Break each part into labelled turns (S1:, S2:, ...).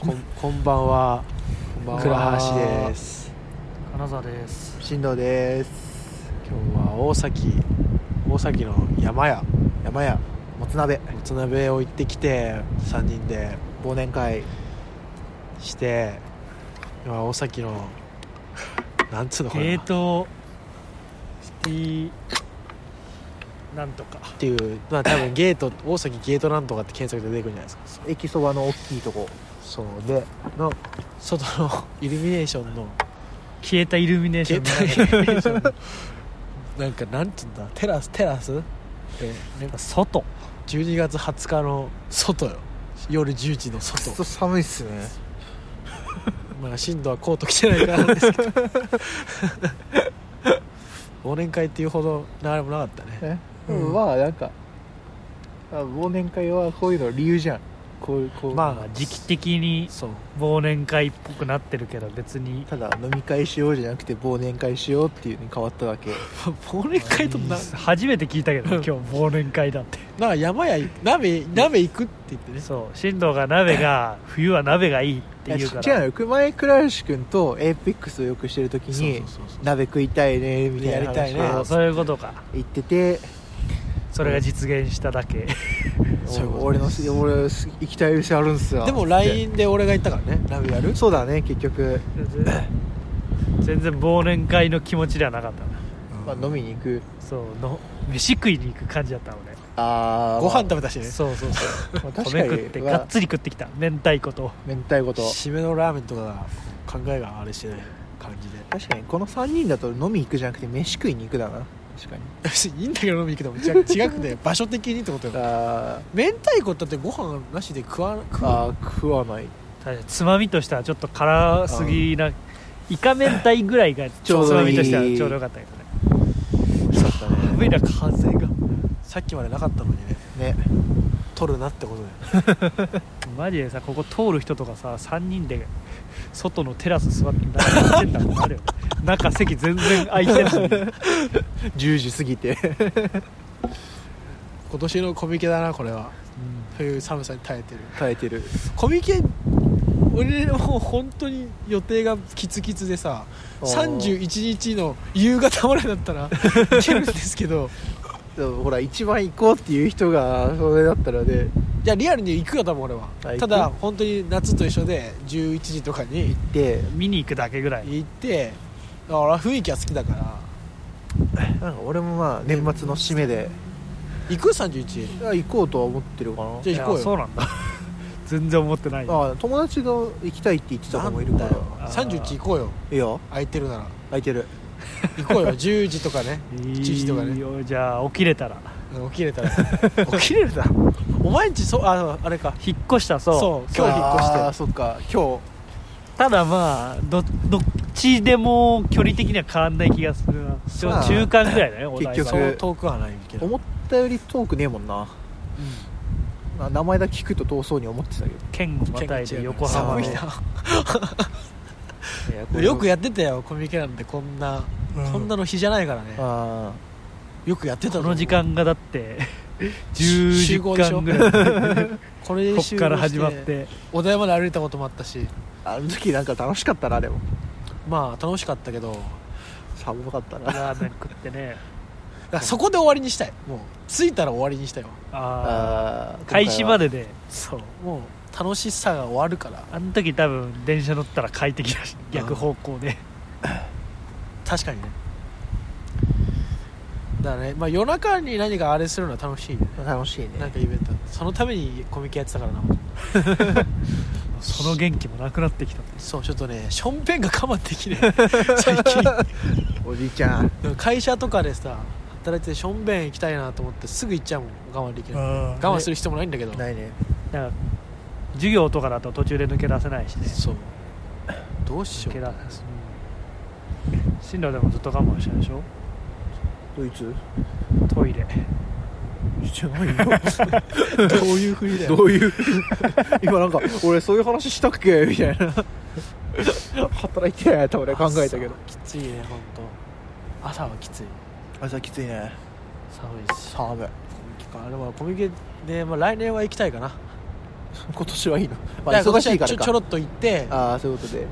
S1: こんこんばんは
S2: こんばんは
S1: 倉橋です
S2: 金沢です
S1: 進藤です今日は大崎大崎の山屋山屋
S2: もつ鍋
S1: もつ鍋を行ってきて3人で
S2: 忘年会
S1: して今大崎のなんつうのかな、
S2: ゲートシティなんとか
S1: っていうまあ多分ゲート大崎ゲートなんとかって検索で出てくるんじゃないですか
S2: 駅そばの大きいとこ
S1: そうでの外の イルミネーションの
S2: 消えたイルミネーションみたいな
S1: なんかなんつうんだテラステラスで
S2: なんか外
S1: 12月20日の外よ夜10時の外
S3: ちょっと寒いっすね
S1: まあ進藤はコート着てないからなんですけど 忘年会っていうほど流れもなかったね
S2: うん
S3: まあなんかあ忘年会はこういうの理由じゃんこういうこう
S1: まあ
S2: 時期的に
S1: そう
S2: 忘年会っぽくなってるけど別に
S3: ただ飲み会しようじゃなくて忘年会しようっていうのに変わっただけ
S1: 忘年会とな
S2: 初めて聞いたけど今日忘年会だって
S1: なんか山屋行鍋鍋行くって言ってね
S2: そう進藤が鍋が冬は鍋がいいって言うか
S3: いや違
S2: ら
S3: うよ前倉吉君とエイペックスをよくしてる時に
S1: そうそうそう
S3: 鍋食いたいねみたいな
S1: やり
S3: 話
S1: たいね
S2: あ
S3: を
S2: そういうことか
S3: 言ってて
S2: それが実現しただけ
S1: そういうこと
S3: 俺のす俺行きたい店あるんすよ
S1: でも
S3: つって
S1: LINE で俺が行ったからね鍋やる
S3: そうだね結局、
S2: 全然忘年会の気持ちではなかったな
S3: まあ、飲みに行く
S2: そうの飯食いに行く感じだったのね
S3: あー
S1: ご飯
S3: ま
S1: 食べたしね
S2: そうそうそう
S3: あまあ確
S2: 米
S3: か
S2: 食って
S3: に
S2: が
S3: ま
S2: っ
S3: あ
S2: つり食ってきた明太子と
S3: 明太子と
S1: 締めのラーメンとかが考えがあれしてない感じで
S3: 確かにこの3人だと飲み行くじゃなくて飯食いに行くだな確かに
S1: 別にいいんだけど飲み行くのも違う 違くて場所的にってことよ
S3: あ
S1: 明太子だってご飯なしで食わ食う
S3: あー食わない
S2: 確かにつまみとしてはちょっと辛すぎなイカ明太ぐらいが
S3: ちょう
S2: つ
S3: ど
S2: ま
S3: い
S2: み
S3: い
S2: としてはちょうどよかったけどね
S1: 美味しかったね
S2: 寒いな風が
S1: さっきまでなかったのにね
S3: ね
S1: 取るなってことで
S2: マジでさここ通る人とかさ3人で外のテラス座って何やってんだもんあるよ 中席全然空いてるのに
S3: 10時過ぎて
S1: 今年のコミケだなこれは冬寒さに耐えてる
S3: 耐えてる
S1: コミケ俺もう本当に予定がキツキツでさ
S3: あー
S1: 31日の夕方までだったら 行けるんですけ ど
S3: でもほら一番行こうっていう人がそれだったらね
S1: いやリアルに行くよ多分俺は
S3: あ行く
S1: ただ本当に夏と一緒で11時とかに
S3: で
S2: 見に行くだけぐらい
S1: 行ってだから雰囲気は好きだから
S3: なんか俺もまあ年末の締めで
S1: 行く31
S3: あ行こうとは思ってるかな
S1: じゃあ行こう
S2: いや
S1: よ
S2: そうなんだ全然思ってない
S3: あー友達が行きたいって言ってた子もいるから
S2: あー
S1: 31行こうよ
S3: いいよ
S1: 空いてるなら
S3: 空いてる
S1: 行こう よ10時とかね11時とか
S2: いい
S1: ね
S2: よじゃあ起きれたら
S1: うん起きれたら 起きれるなお前んちそうああれか
S2: 引っ越したそう
S1: そう今日引っ越して
S3: あーそっか今
S2: ただまあどどっちでも距離的には変わんない気がするなちょ
S3: まあ
S2: 中間ぐらいだねお
S3: 結
S2: 台
S3: 局
S2: 場
S1: そう遠くはないけ
S3: 日
S1: ど
S3: 思ったより遠くねえもんな、まあ名前だけ聞くと遠そうに思ってたけ
S2: 県をまたいで横
S1: 寒
S2: 浜
S1: い
S2: の
S3: ど
S1: なよくやってたよコミケなんてこんな、
S3: うん
S1: こんなの日じゃないからね
S3: あ
S1: よくやってた
S2: こ
S1: ぞ
S2: の時間がだって10時
S1: 集合でしょ
S2: 間ぐらい
S1: これで
S2: こ
S1: 集
S2: っ
S1: 合
S2: から
S1: して
S2: 始まって
S1: お台場まで歩いたこともあったし
S3: ああの時なんか楽しかったなでも
S1: まあ楽しかったけど
S3: 寒かったな
S2: ラーメン食ってね
S1: いやそこで終わりにしたいもう着いたら終わりにしたいわ
S2: あ
S3: あ
S2: あ
S3: ー
S2: 開始ま
S3: で
S2: でで
S1: そうもう楽しさが終わるから
S2: あの時多分電車乗ったら快適だし逆方向で
S1: 確かにねだからね、まあ、夜中に何かあれするのは楽しいね
S3: 楽しいね
S1: なんかイベントそのためにコミケやってたからな
S2: その元気もなくなってきたって
S1: そうちょっとねションペンが我慢できない最近
S3: おじいちゃん
S1: 会社とかでさ働いててションペン行きたいなと思ってすぐ行っちゃうもん我慢できない
S2: 我
S1: 我慢する必要もないんだけど
S3: ないね
S2: なんか授業とかだと途中で抜け出せないしね
S1: そうどうしよ
S2: 抜け
S1: う
S2: 出せうん進路でもずっと我慢したでしょ
S3: ドイツ
S2: トイレ
S3: じゃないよ
S1: どういうふうだ
S3: ど
S1: よ
S3: ういう今なんか俺そういう話したっけみたいな働いてないと俺考えたけど
S1: 朝きついね本当朝はきつい
S3: 朝きついね
S1: 寒いし
S3: 寒
S1: コ
S3: い
S1: ミケかでもコミケで、まあ、来年は行きたいかな
S3: 今年はいいの、
S1: だか
S3: まあ、
S1: ら今
S3: 忙し
S1: 年
S3: い
S1: は
S3: か
S1: ち
S3: ら
S1: ょ
S3: か
S1: ちょろっと行って
S3: ああそういうことで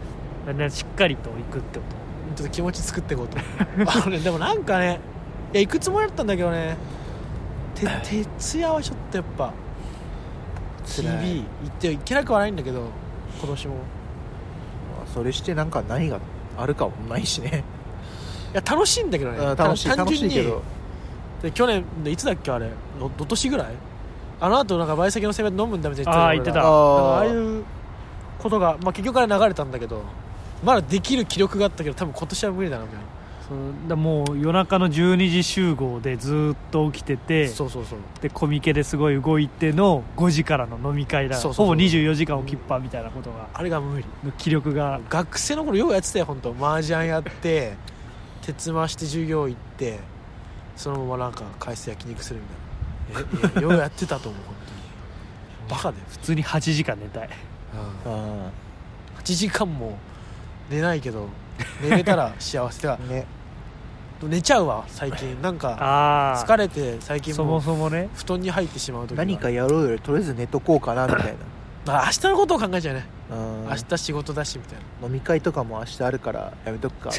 S2: だからしっかりと行くってこ
S1: ち
S2: と
S1: ょっと気持ち作っていこ うとあのねでもなんかねいや行くつもりだったんだけどねて徹夜はちょっとやっぱ
S3: 辛
S1: TV
S3: い
S1: 行って行けなくはないんだけど今年もい
S3: まあそれしてなんか何があるかもないしね
S1: や楽しいんだけどね
S3: うん楽しい
S1: ただ
S3: 楽しいけ
S1: 単純
S3: ど
S1: にで去年のいつだっけあれのど年ぐらいあの後なんか倍先のせいで飲むんだみたいな
S2: あー
S1: 言って
S2: 言
S1: た
S2: っ
S1: よ俺ら
S2: てた
S1: ああ
S3: ー
S1: いうことが、まあ、結局から流れたんだけどまだできる気力があったけど多分今年は無理だなみたいな
S2: そうだもう夜中の12時集合でずーっと起きてて
S1: そうそうそう
S2: でコミケですごい動いての5時からの飲み会だ
S1: そうそうそう
S2: ほぼ24時間起きっぱみたいなことが
S1: あれが無理
S2: の気力が
S1: 学生の頃ようやってたよ本当麻雀やって鉄回して授業行ってそのままなんか海鮮焼肉するみたいな えいやようやってたと思う本当にバカだよ
S2: 普通に8時間寝たい
S3: あ
S1: 8時間も寝ないけど寝れたら幸 せだ
S3: あね
S1: 寝ちゃうわ最近なんか
S2: ああ
S1: 疲れて最近
S2: そ
S1: も
S2: も
S1: う
S2: そもね
S1: 布団に入ってしまう時が
S3: 何かやろうよりとりあえず寝とこうかなみたい
S1: あ明日のことを考えちゃうね
S3: な、うん
S1: 明日仕事だしみたい
S3: 飲み会とかも明日あるからやめ とくか
S1: な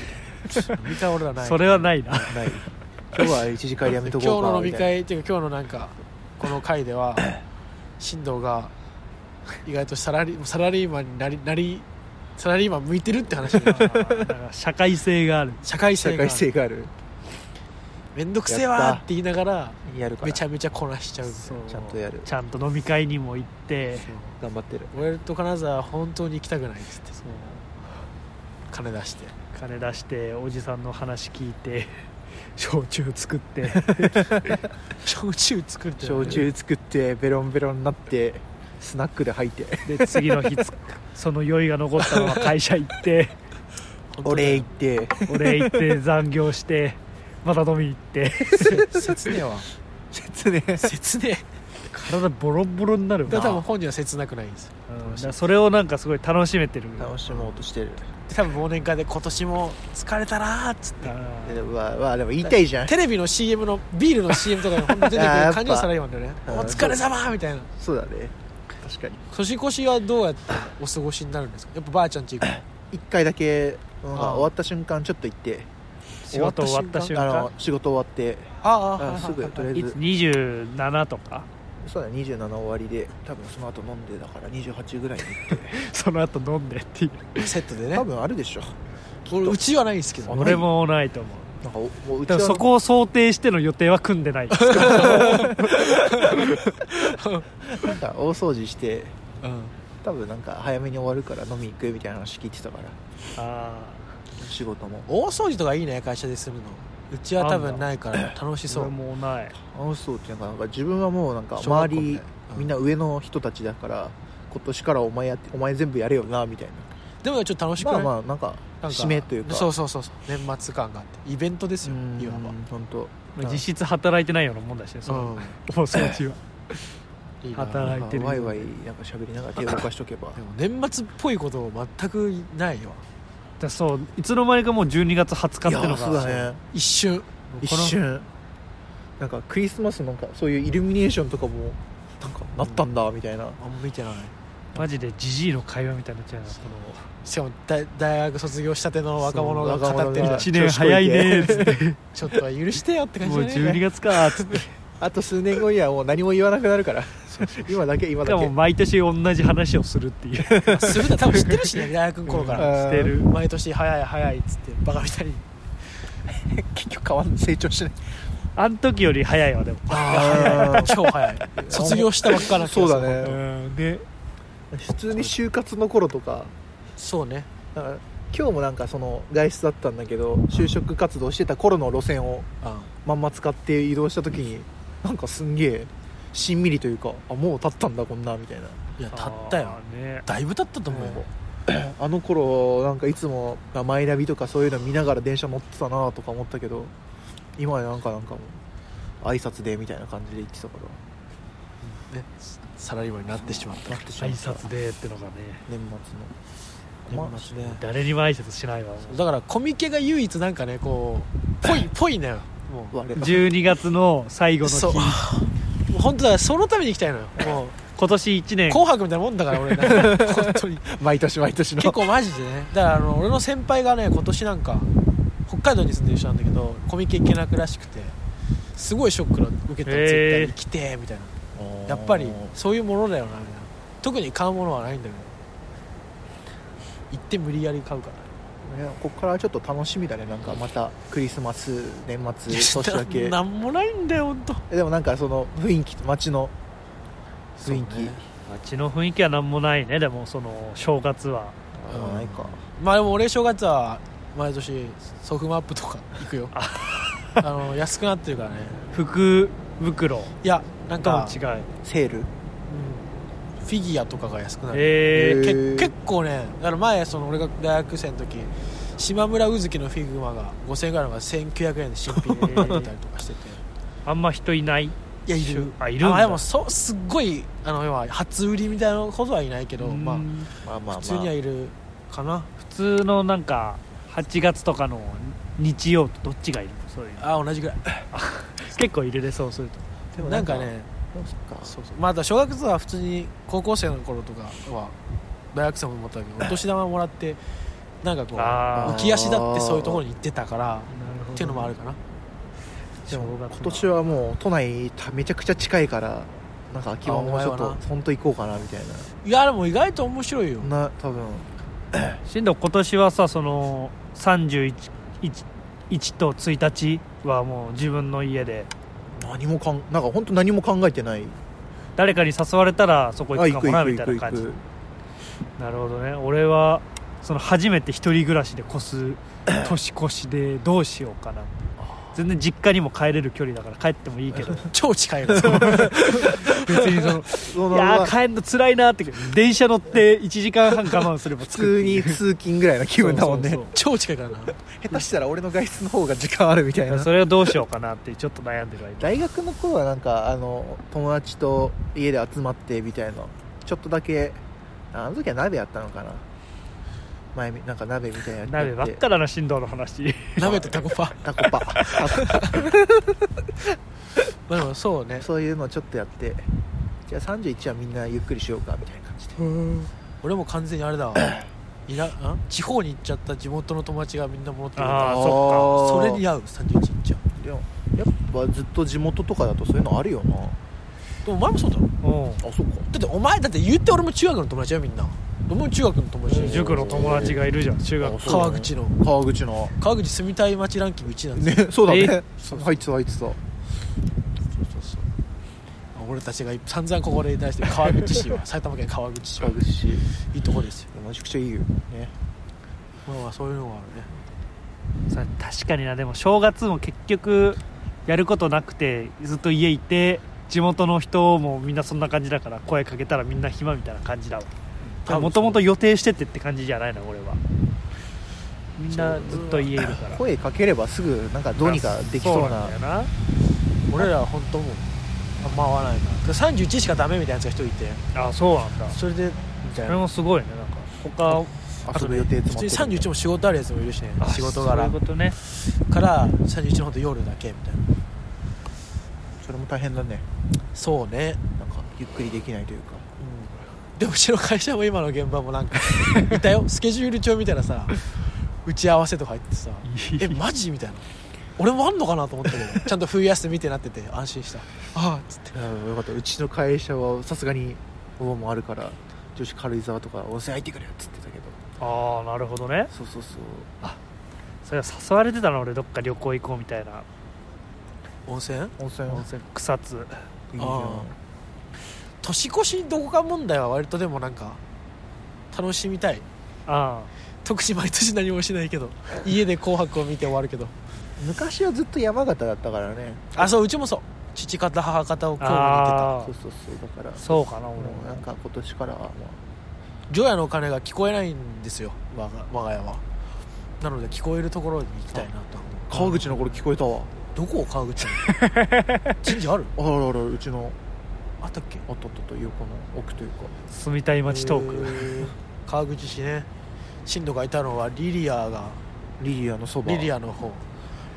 S1: 飲み会俺らない
S2: それはないな
S3: ない今日は一時会でやめと
S1: 今
S3: こ
S1: 日
S3: うか
S1: の飲み
S3: みたい
S1: 会っていうか今日のなんかこの回で は進藤が意外とサラリーサラリーマンになりなりサラリーマン向いてるって話だな
S2: だから社会性がある
S1: 社会
S3: な社
S1: 性
S3: 会
S1: が
S3: 性がある
S1: めんどくせえわーって言いながら
S3: やるから
S1: めちゃめちゃこなしちゃう
S2: そう
S3: ちゃんとやる
S2: ちゃんと飲み会にも行って
S3: 頑張ってる
S1: 俺と金沢は本当に行きたくないっつって
S2: そう
S1: 金出して
S2: 金出しておじさんの話聞いて 焼酎作って
S1: 焼酎作るって
S3: 焼酎作ってベロンベロンになってスナックで吐いて
S2: で次の 日つその酔いが残ったまま会社行って
S1: 本
S3: お
S1: 当だ
S3: 礼
S1: よ
S3: 言って
S2: お礼行って残業してまた飲み行って
S1: せ切ねえわ
S3: 説明
S1: 切 ね
S2: 体ボロボロになる
S1: えだ
S2: わ
S1: から多分本人は切なくないんですよ
S2: うんだからそれをなんかすごい楽しめてる
S3: 楽しもうとしてる
S1: で多分忘年会で今年も疲れたなーっつって
S2: あ
S3: でまあまあでも言いたいじゃん
S1: テレビの CM のビールの CM とかにほんと出てく
S3: あーやっ
S1: る
S3: ぱ
S1: 感じのサラリーマンだよね
S3: あ
S1: お
S3: ー
S1: 疲れ様みたいな
S3: そうだね確かに
S1: 年越しはどうやってお過ごしになるんですかやっぱばあちゃんち行く
S3: 一回だけうん
S1: ああ
S3: 終わった瞬間ちょっと行っ
S2: ー
S3: て
S2: 仕事終わった
S1: 終
S2: 瞬
S3: あ
S2: 間
S3: の仕事終わって
S1: あああ
S3: あすぐとりあえ
S2: いつ
S3: ず
S2: 27とか
S3: そうだね27終わりで多分その後飲んでだから28ぐらいに行っ
S2: その後飲んでっていう
S1: あセットで
S3: て
S1: ね
S3: 多分あるでしょ
S1: 俺うちはないんですけどね
S2: 俺もないと思う
S3: なんかおもううち
S2: だ
S3: は
S2: からそこを想定しての予定は組んで ない
S3: なんか大掃除して
S1: うん
S3: 多分なんか早めに終わるから飲み行くみたいな話聞いてたから
S2: あ
S3: 仕事も
S1: 大掃除とかいいね会社でするのうちは多分ないから楽し
S2: あ
S1: そ
S2: そうれもうない
S3: あそうってなんかなんか自分はもうなんか
S1: 小学校
S3: 周り
S1: み
S3: み,、
S1: たいうん
S3: んな上の人たちだから今年からお前やってお前全部やれよなみたいな
S1: でもちょっと楽しく
S3: ま
S1: な
S3: あ
S1: い
S3: まあなんか
S1: なんか
S3: 締めというか
S1: そうそうそうそう年末感があってイベントですよ
S3: うん
S1: いわば
S3: 本当
S2: まあ実質働いてないようなもんだしねその
S1: う
S2: 大掃 除は
S1: んいいな
S2: 働
S3: な
S2: い
S3: ん
S2: て
S3: か
S2: る
S3: ワイワイなんか喋りながら手を動かしと けば
S1: でも年末っぽいこと全くないよ
S2: だそういつの間にかもう12月20
S3: い
S2: 日っての
S3: やそう
S2: が
S3: だね
S1: 一瞬
S2: この
S3: 一瞬なんかクリスマスなんかそういうイルミネーションとかもなんかなったんだみたいな、
S1: あんま見てない
S2: マジでジジイの会話みたいになっちゃうなこ
S1: しかも大大学卒業したての若者が
S3: そう
S1: 語ってる
S3: 若者
S2: の
S3: が
S2: 1年早いねーっつって
S1: ちょっとは許してよって感じ
S2: もう
S1: だね
S2: 12月かーっつって
S3: あと数年後にはもう何も言わなくなるから今だけ今
S2: しか
S3: だ
S2: も
S3: け
S2: 毎年同じ話をするっていうし
S1: するだ 多分知ってるしね大学の頃から
S2: てる
S1: 毎年早い早いっつってバカみたいに
S3: 結局変わん成長しない
S2: あん時より早いわでも
S1: ああ超早い卒業したばっかな気がす
S3: そ
S1: る
S3: うだね
S2: うんで
S3: 普通に就活の頃とか
S1: そうね
S3: だから今日もなんかその外出だったんだけど就職活動してた頃の路線を
S1: あ
S3: まんま使って移動した時になんかすんげえしんみりというかあもう経ったんだこんなみたいない
S1: やたったよ
S2: あーね
S1: だいぶ経ったと思うよ
S3: あの頃なんかいつもまあマイナビとかそういうの見ながら電車乗ってたなとか思ったけど今はなんかなんかもう挨拶でみたいな感じで行ってたから
S1: ねサラリーマンになってしまった
S3: なってしま
S2: 挨
S3: った
S2: 拶でーってのがね
S3: 年末の
S1: 年末ね
S2: 誰にも挨拶しないわもう
S1: だからコミケが唯一なんかねこうぽ いぽいのよも
S3: まあ我々
S2: 12月の最後の
S1: そう
S2: 日
S1: う本当だからそのために行きたいのよもう
S2: 今年1年
S1: 紅白みたいなもんだから俺なん か本当に
S3: 毎年毎年の
S1: 結構マジでねだからあの俺の先輩がね今年なんか北海道に住んでる人なんだけどコミケ行けなくらしくてすごいショックを受けた
S2: へー
S1: 絶対に来てみたいなやっぱりそういうものだよなみたいな特に買うものはないんだけど行って無理やり買うから
S3: ねここからちょっと楽しみだねなんかまたクリスマス年末
S1: い
S3: 年
S1: や
S3: 明け
S1: ななんもないんだよ本当
S3: えでもなんかその雰囲気街の雰囲気、
S1: そうね
S2: 街の雰囲気は何もないねでもその正月は
S3: あーないか
S1: まあでも俺正月は毎年ソフマップとか行く よあの安くなってるからね
S2: 福袋
S1: いやなん
S2: との
S1: か、
S2: 違い
S3: セール
S1: うんフィギュアとかが安くなる
S2: えー
S3: へー
S1: け結構ねだから前その俺が大学生の時島村うずきのフィグマが5000円ぐらいのが1900円で新品で売ったりとかしてて
S2: あんま人いない
S1: いやいる
S2: あいるんだ
S1: あでもそうすっごいあの要は初売りみたいなことはいないけど
S2: うん
S1: まあ
S3: まあまあまあ
S1: 普通にはいるかな
S2: 普通のなんか8月とかの日曜とどっちがいるのそういうの
S1: あ同じぐらい
S2: 結構いるでそうすると
S3: でも
S1: なんかね
S3: そっか
S1: そうそうまあ、あと小学生は普通に高校生の頃とかは大学生も思ったけどお年玉もらってなんかこう
S2: あ
S3: ー
S1: 浮き足だってそういうところに行ってたから
S2: っ
S1: っていうのもあるかな
S3: でも
S2: 正月
S3: 今
S2: の
S3: 年はもう都内ためちゃくちゃ近いからなんか秋葉もうちょっ
S1: あお前
S3: と
S1: はな
S3: 本当行こうかなみたい
S1: いやでも意外と面白いよ
S3: なな多分
S2: 進藤今年はさその31一一と1日はもう自分の家で
S3: 何もかんなんか本当何も考えてない
S2: 誰かに誘われたらそこ行
S3: あ
S2: くかもなみたい
S3: 行
S2: な
S3: く行
S2: 感
S3: く
S2: じ
S3: 行く
S2: なるほどね俺はその初めて一人暮らしで越 す年越しでどうしようかな全然実家にも帰れる距離だから帰ってもいい けど
S1: 超近い よ
S2: 別にその
S3: そ
S2: い
S3: の
S2: や
S3: まあ
S2: ー帰んの辛いなって電車乗って1時間半我慢すれば
S3: 普通に通勤ぐらいの気分だもんね
S2: そうそう
S1: 超近い からな
S3: 下手したら俺の外出の方が時間あるみたい
S2: そう
S3: な
S2: それをどうしようかなってちょっと悩んでる間
S3: 大学の頃はなんかあの友達と家で集まってみたいなちょっとだけあの時は鍋やったのかな前みなんか鍋みたいなやつや
S2: 鍋ばっかだな進藤の話
S1: 鍋とタコパ
S3: タコパタコパ
S1: まあでも そうね
S3: そういうのちょっとやってじゃあ31はみんなゆっくりしようかみたいな感じで
S1: 俺も完全にあれだわいらん地方に行っちゃった地元の友達がみんな戻ってくる
S2: あ
S1: か
S2: ー
S1: ら
S2: そ
S1: それに合う31日は
S3: でもやっぱずっと地元とかだとそういうのあるよな
S1: でもお前もそうだろだ
S2: うん
S3: あそっか
S1: ってお前だって言って俺も中学の友達よみんな俺も中学の友達
S2: 塾の友達がいるじゃん中学
S3: あそう
S1: 川口の
S3: 川口の
S1: 川口住みたい街ランキング1位なんですよ、
S3: ねそうだ
S2: え
S3: ね入ってた入ってた
S1: そうそうそう俺たちが散々ここで出してる川口市は埼玉県川口市は
S3: 川口市
S1: いいとこですよ
S3: めちゃくちゃいいよね
S1: まあまあそういうのがあるね
S2: さ確かになでも正月も結局やることなくてずっと家いて地元の人もみんなそんな感じだから声かけたらみんな暇みたいな感じだわもともと予定しててって感じじゃないの俺はみんなずっと家いるから
S3: 声かければすぐなんかどうにかできそうな
S2: そうんだよな
S1: 俺らは本当もうあんま合わないから31しかダメみたいなやつが一人いて
S2: あそうなんだ
S1: それでみたい
S2: それ
S1: な
S2: もすごいねなんか他
S3: 遊ぶ予
S1: 普
S3: 定
S1: 通に
S3: 詰まって
S1: 31も仕事あるやつもいるしね
S2: あ
S1: 仕事
S2: そう
S1: 柄
S2: いうことね
S1: から31のほんと夜だけみたいな
S3: それも大変だね
S1: そうね
S3: なんかゆっくりできないというか
S1: でもうちの会社も今の現場も なんかいたよスケジュール帳みたいなさ打ち合わせとか入ってさえマジみたいな俺もあんのかなと思ったけどちゃんと冬休みってなってて安心したああつって
S3: よかったうちの会社はさすがにお盆もあるから女子軽井沢とか温泉入ってくるよっつってたけど
S2: ああなるほどね
S3: そうそうそう
S2: それは誘われてたの俺どっか旅行行こうみたいな
S1: 温泉
S3: 温泉
S2: 温泉草津
S3: いいじゃ
S1: あ
S3: ん
S1: 年越しどこか問題は割とでもなんか楽しみたい
S2: あ
S1: 特に毎年何もしないけど家で「紅白」を見て終わるけど
S3: 昔はずっと山形だったからね
S1: あそううちもそう父方母方を
S2: あ
S1: 交互に行ってた
S2: あ
S3: そうそうそうだから
S2: あそうかな俺
S3: も
S2: も
S3: うなんか今年からはも
S1: 除夜のお金が聞こえないんですよ我が我が家はなので聞こえるところに行きたいなと思う
S3: う川口の頃聞こえたわ
S1: どこ川口 なの神社ある
S3: あらあらうちの
S1: あったっけ
S3: あったあったというかの奥というか
S2: 住みたい街トーク
S1: へー川口市ね進路がいたのはリリアが
S3: リリアのそば
S1: リリアの方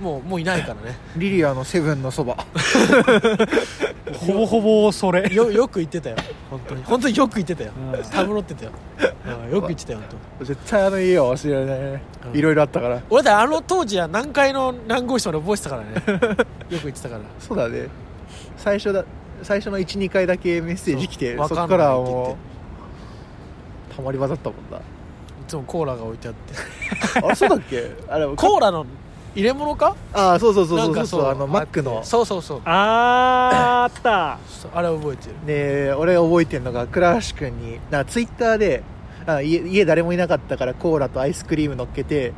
S1: もうもういない からね
S3: リリアのセブンのそば
S2: ほぼほぼそれ
S1: よよく言ってたよ本当に本当によく言ってたよ
S2: うん
S1: たぶろってたようんよく言ってたよ本当
S3: 絶対あの家は忘れられないね
S1: うん
S3: いろいろあったから
S1: 俺だってあの当時は南海の何号室まで覚えてたからね よく言ってたから
S3: そうだね最初だ最初の12回だけメッセージ来て
S1: そう
S3: そ
S1: わか
S3: っ
S1: ん
S3: か
S1: ない
S3: らは
S1: って言っ
S3: も
S1: て
S3: うたまり場だったもんな
S1: いつもコーラが置いてあ って
S3: あれそうだっけあれ
S1: コーラの入れ物か
S3: ああそうそうそう
S1: な
S3: そ
S1: ん
S3: うそ
S1: か
S3: うそうあのマックの
S1: そうそうそう
S2: あーあった
S1: そうあれ覚え てる
S3: で俺覚えてるのが倉橋君になんかツイッターであ家家誰もいなかったからコーラとアイスクリーム乗っけて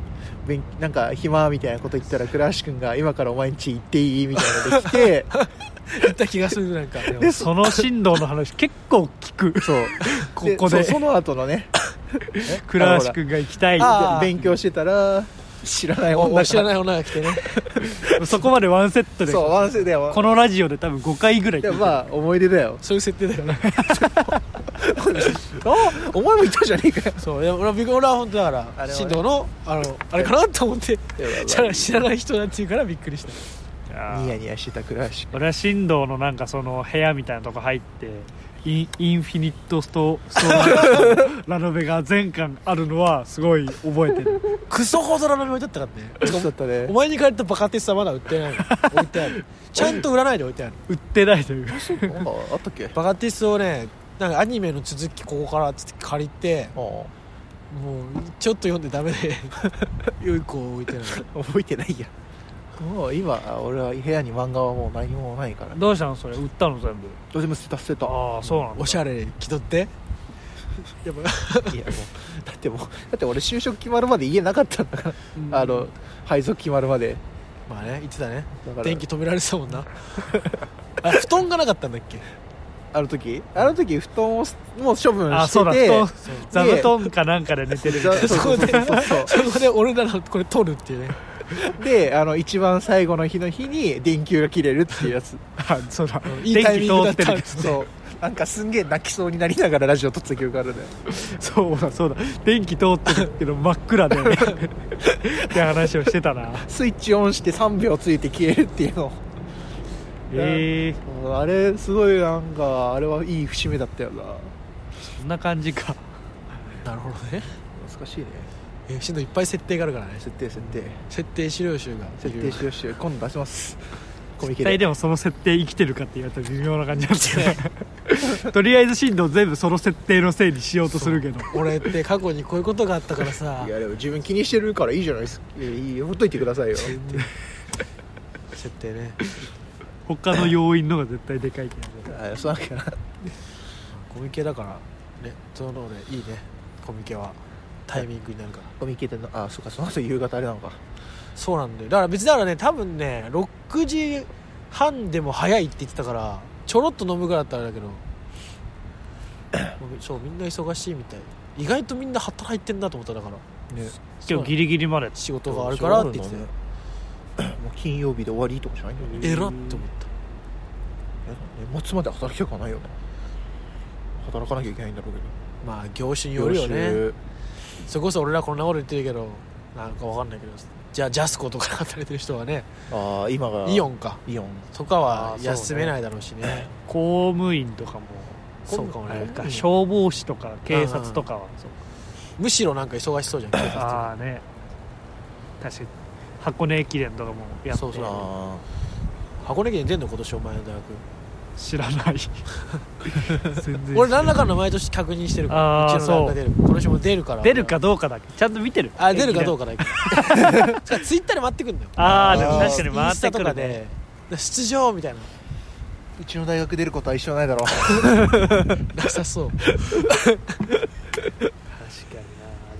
S3: 勉なんか暇みたいなこと言ったら倉橋君が今からお前んち行っていいみたいなので来て
S1: 言った気がするなんか
S2: でもその振動の話結構聞く
S3: そう
S2: ここで
S3: そうその後のね
S2: 倉橋君が行きたい
S1: あー
S3: 勉強してたら知らない女
S1: お
S3: が
S1: 知らない女が来てね
S2: そこまでワンセットで
S3: そうワンセットだよ
S2: このラジオで多分5回ぐらい聞いて
S3: でも
S2: る
S3: まあ思い出だよ
S1: そういう設定だ よね
S3: あお前もいたじゃねえかよ
S1: そういや俺はびっく俺は本当だか
S3: あ
S1: ら
S3: れはね
S1: 進藤のあのあれかなと思っ て知らない知らない人だっていうからびっくりした
S2: あー
S3: ニヤニヤしてた倉橋
S2: 俺は振動のなんかその部屋みたいなとこ入ってインインフィニットストストーンラノベが全巻あるのはすごい覚えてる
S1: クソほどラノベ置いてあったか らね
S3: 君そうだったね
S1: お前に借りたバカテスはまだ売ってないの置いてあ るちゃんと売らないで置いてある
S2: 売ってないという
S3: なんかあったっけあ
S1: バカテスをねなんかアニメの続きここからっつって借りて
S3: あ
S1: もうちょっと読んでダメ でよい子置いてない
S3: 覚えてないやもう今俺は部屋に漫画はもう何もないから
S2: どうしたのそれ売ったの全部
S3: どでも捨てた捨てた
S2: ああそうなんだ
S1: おしゃれ気取ってやっぱ
S3: いやもうだってもうだって俺就職決まるまで家なかったんだから、あの配属決まるまで
S1: まあね言ってたね
S3: だから
S1: 電気止められてたもん なあ布団がなかったんだっけ
S3: あの時あの時布団をすもう処分
S2: あそう
S3: して
S2: だ布団
S3: て
S1: そう
S2: 座布団かなんかで寝てるみたいな
S3: でそうそうそうそうそう
S1: そこで俺らのこれ取るっていうね
S3: であの一番最後の日の日に電球が切れるって いうやつ
S2: あそうだ
S1: うんいい
S2: 電
S1: タイミ
S2: 気
S1: ング
S2: 通
S1: だ
S2: っ
S1: ってた
S2: る
S3: そうなんかすんげえ泣きそうになりながらラジオ撮ってた記憶あるんだよ
S2: そうだそうだ電気通ってるけど真っ暗でって話をしてたな
S3: スイッチオンして3秒ついて消えるっていうの
S2: ええ
S3: うんあれすごいなんかあれはいい節目だったよな
S2: そんな感じか
S1: なるほどね
S3: 懐かしいね
S1: えしんどいっぱい設定があるからね
S3: 設定設定
S1: 設定資料集が
S3: 設定しようしよう今度出しますコミケ
S2: 一体
S3: で
S2: でもその設定生きてるかって言われたら微妙な感じなんですけど とりあえず進藤全部その設定のせいにしようとするけど
S1: 俺って過去にこういうことがあったからさ
S3: いやでも自分気にしてるからいいじゃないですかいやいいよほっといてくださいよ
S1: 設定ね
S2: 他の要因のが絶対でかいけど
S3: あそうなんか
S1: コミケだからねそのねいいねコミケはタイミングになるから
S3: コミケでのあそうかその後夕方あれなのか
S1: そうなんだよだから別にだからね多分ね6時半でも早いって言ってたからちょろっと飲むぐらいだったらあれだ けどそうみんな忙しいみたい意外とみんな働いてんだと思っただから
S3: ね
S1: そう
S2: 今
S1: なの
S2: 日ギリギリまで
S1: 仕事があるからって言ってたよ
S3: もう金曜日で終わりとかじゃないんだよね
S2: そう
S1: え
S2: な
S1: らっ
S2: ん
S1: て
S2: だ
S1: 思った
S3: 年末まで働きたくはないよな働かなきゃいけないんだろうけど
S1: まあ業種によるよね
S3: 業
S1: それこそ俺らこんなこと言ってるけどなんかわかんないけどじゃあジャスコとかで働いてる人はね
S3: 種ああ今が
S1: イオンか
S3: イオン
S1: とかは
S3: あーそうね
S1: 休めないだろうしね
S2: 公務員とかも
S1: そうかも
S2: あれ
S1: ね
S2: か消防士とか警察とかはそう
S1: むしろなんか忙し そうじゃん警察
S2: ああね確かに箱根駅伝とかもやって
S1: そうそう
S3: あ
S1: 箱根駅伝出んの今年お前の大学
S2: 知らない全然
S1: 俺何らかの毎年確認してるから
S2: あー
S1: うちの大学が出る今年も出るから
S2: 出るかどうかだけちゃんと見てる
S1: あ出るかどう
S2: か
S1: かだけ どツイッターで回ってくんだよ
S2: ああで
S3: あ
S2: も
S3: ー
S2: 確かに
S1: イ
S2: 回
S1: ン
S2: っ
S1: ス
S2: て
S1: タ
S2: く
S1: と
S2: る
S1: か
S2: ね
S1: で出場みたいな
S3: ーうちの大学出ることは一緒ないだろう
S1: なさそう
S2: 確かにな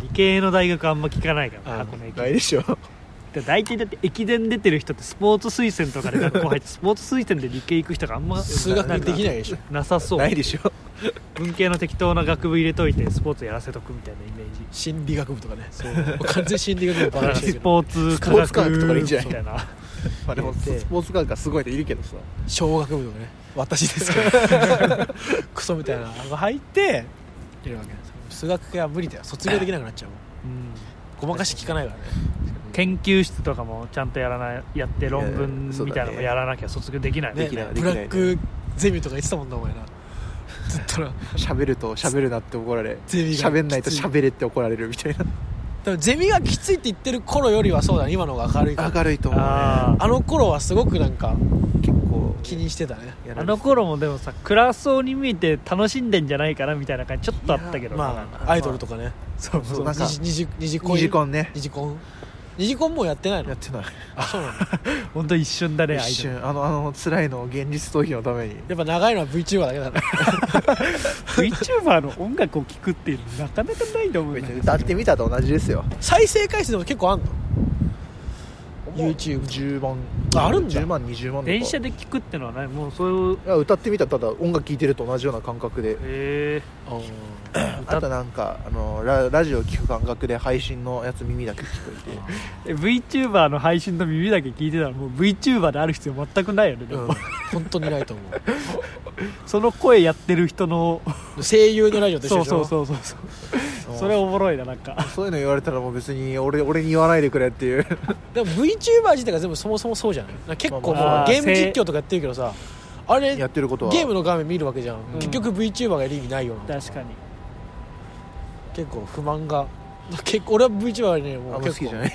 S2: 理系の大 学あんま聞かないから
S1: うん
S2: 箱根駅
S3: ない
S2: 伝
S3: でしょ
S2: で大体だって駅伝出てる人ってスポーツ推薦とかで学校入ってスポーツ推薦で理系行く人があんま
S1: 数学できないでしょ
S2: なさそう
S3: ない でしょ
S2: 文系の適当な学部入れといてスポーツやらせとくみたいなイメージ
S1: 心理学部とかねもう完全に心理学部バカにしてる
S2: ス
S1: けど
S2: ポーツ科
S3: スポーツ科学とかでいいんじゃ
S2: 学
S3: ない
S2: みたいな
S3: まあでも
S1: 入れて
S3: スポーツ感がすごいのいるけどさ
S1: 小学部とかね私ですから クソみたいなのが入って出るわけなんですよ数学系は無理だよ卒業できなくなっちゃうもん
S2: うん
S1: ごまかし聞かないからね
S2: 研究室とかもちゃんとやらないやって論文
S4: いやそうだね
S2: みたいなのもやらなきゃ卒業できない、
S1: ね
S4: できないで
S1: ブ
S4: きな
S1: ラ
S4: い
S1: ックゼミとか言ってたもんなお前なずっとな
S3: 喋ると喋るなって怒られ
S1: ゼミが
S3: 喋んないと喋れって怒られるみたいな
S1: でもゼミがきついって言ってる頃よりはそうだね今の方が明るいから
S3: 明るいと思うね
S2: あー
S1: あの頃はすごくなんか
S3: 結構
S1: 気にしてたね
S4: やられて
S2: あの頃もでもさ暗そうに見えて楽しんでんじゃないかなみたいな感じちょっとあったけどな
S1: まあアイドルとかね
S2: そう
S3: そう
S1: そう
S3: なんか
S1: 二次二次二次コ
S3: 2
S1: ン
S3: 時間ね
S1: 二次コン二次コンもうやってない
S3: やっ
S1: の
S3: てない
S1: あそうなの
S2: 本当一瞬だねアイ
S3: 一
S2: ドル
S3: 瞬あのあの辛いのを現実逃避のために
S1: やっぱ長いのは VTuber だけだね
S2: VTuber の音楽を聴くっていうのなかなかないと思うよ
S3: 歌ってみたと同じですよ
S1: 再生回数でも結構あんの YouTube
S3: 10万
S1: ああるんだ
S3: 10万20万とか
S2: 電車で聴くってのはねもうそういう
S3: いや歌ってみたらただ音楽聴いてると同じような感覚で
S2: へえ
S3: あとなんかあのララジオ聴く感覚で配信のやつ耳だけ聞こえて
S2: VTuber の配信の耳だけ聞いてたらもう VTuber である必要全くないよね、で
S1: う
S2: も
S1: ん本当にないと思う
S2: その声やってる人の
S1: 声優のラジオと一緒
S2: そう
S1: でしょ
S2: そうそうそうそうそれおもろいななんか
S3: そういうの言われたらもう別に俺俺に言わないでくれっていう
S1: でも VTuber 自体が全部そもそもそうじゃないなんか結構もう
S3: まあまあ
S2: まあ
S1: ゲーム実況とかやってるけどさあれ
S3: やってることは
S1: ゲームの画面見るわけじゃん、
S2: ん
S1: 結局 VTuber がやる意味ないよな
S2: 確かに
S1: 結構不満が 結構俺は VTuber にね
S3: あん
S1: も
S3: ま
S1: う
S3: 好
S1: 結
S3: き
S1: 構
S3: じゃない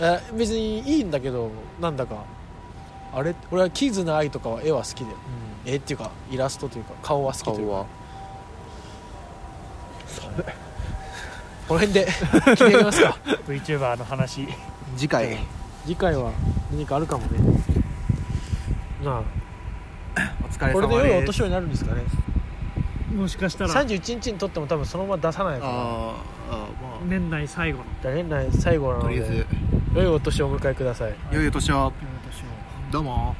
S1: え別にいいんだけどなんだかあれ俺はキズナアイとかは絵は好きで、絵っていうかイラストというか顔は好きという
S3: 顔
S1: か
S3: は
S1: この辺 で決めますか
S2: VTuber の話
S3: 次回
S1: 次回は何かあるかもねな
S3: お疲
S1: あ
S3: れ
S1: これで良いお
S3: です
S1: 年寄りになるんですかね
S2: もしかしたら
S1: 31日にとっても多分そのまま出さないか
S3: あーあーま
S2: 年内最後の
S1: らだ年内最後な
S3: あ
S1: の
S3: とりあえ
S1: で
S3: ず
S1: 良いお年をお迎えください
S3: 良いお年をどうも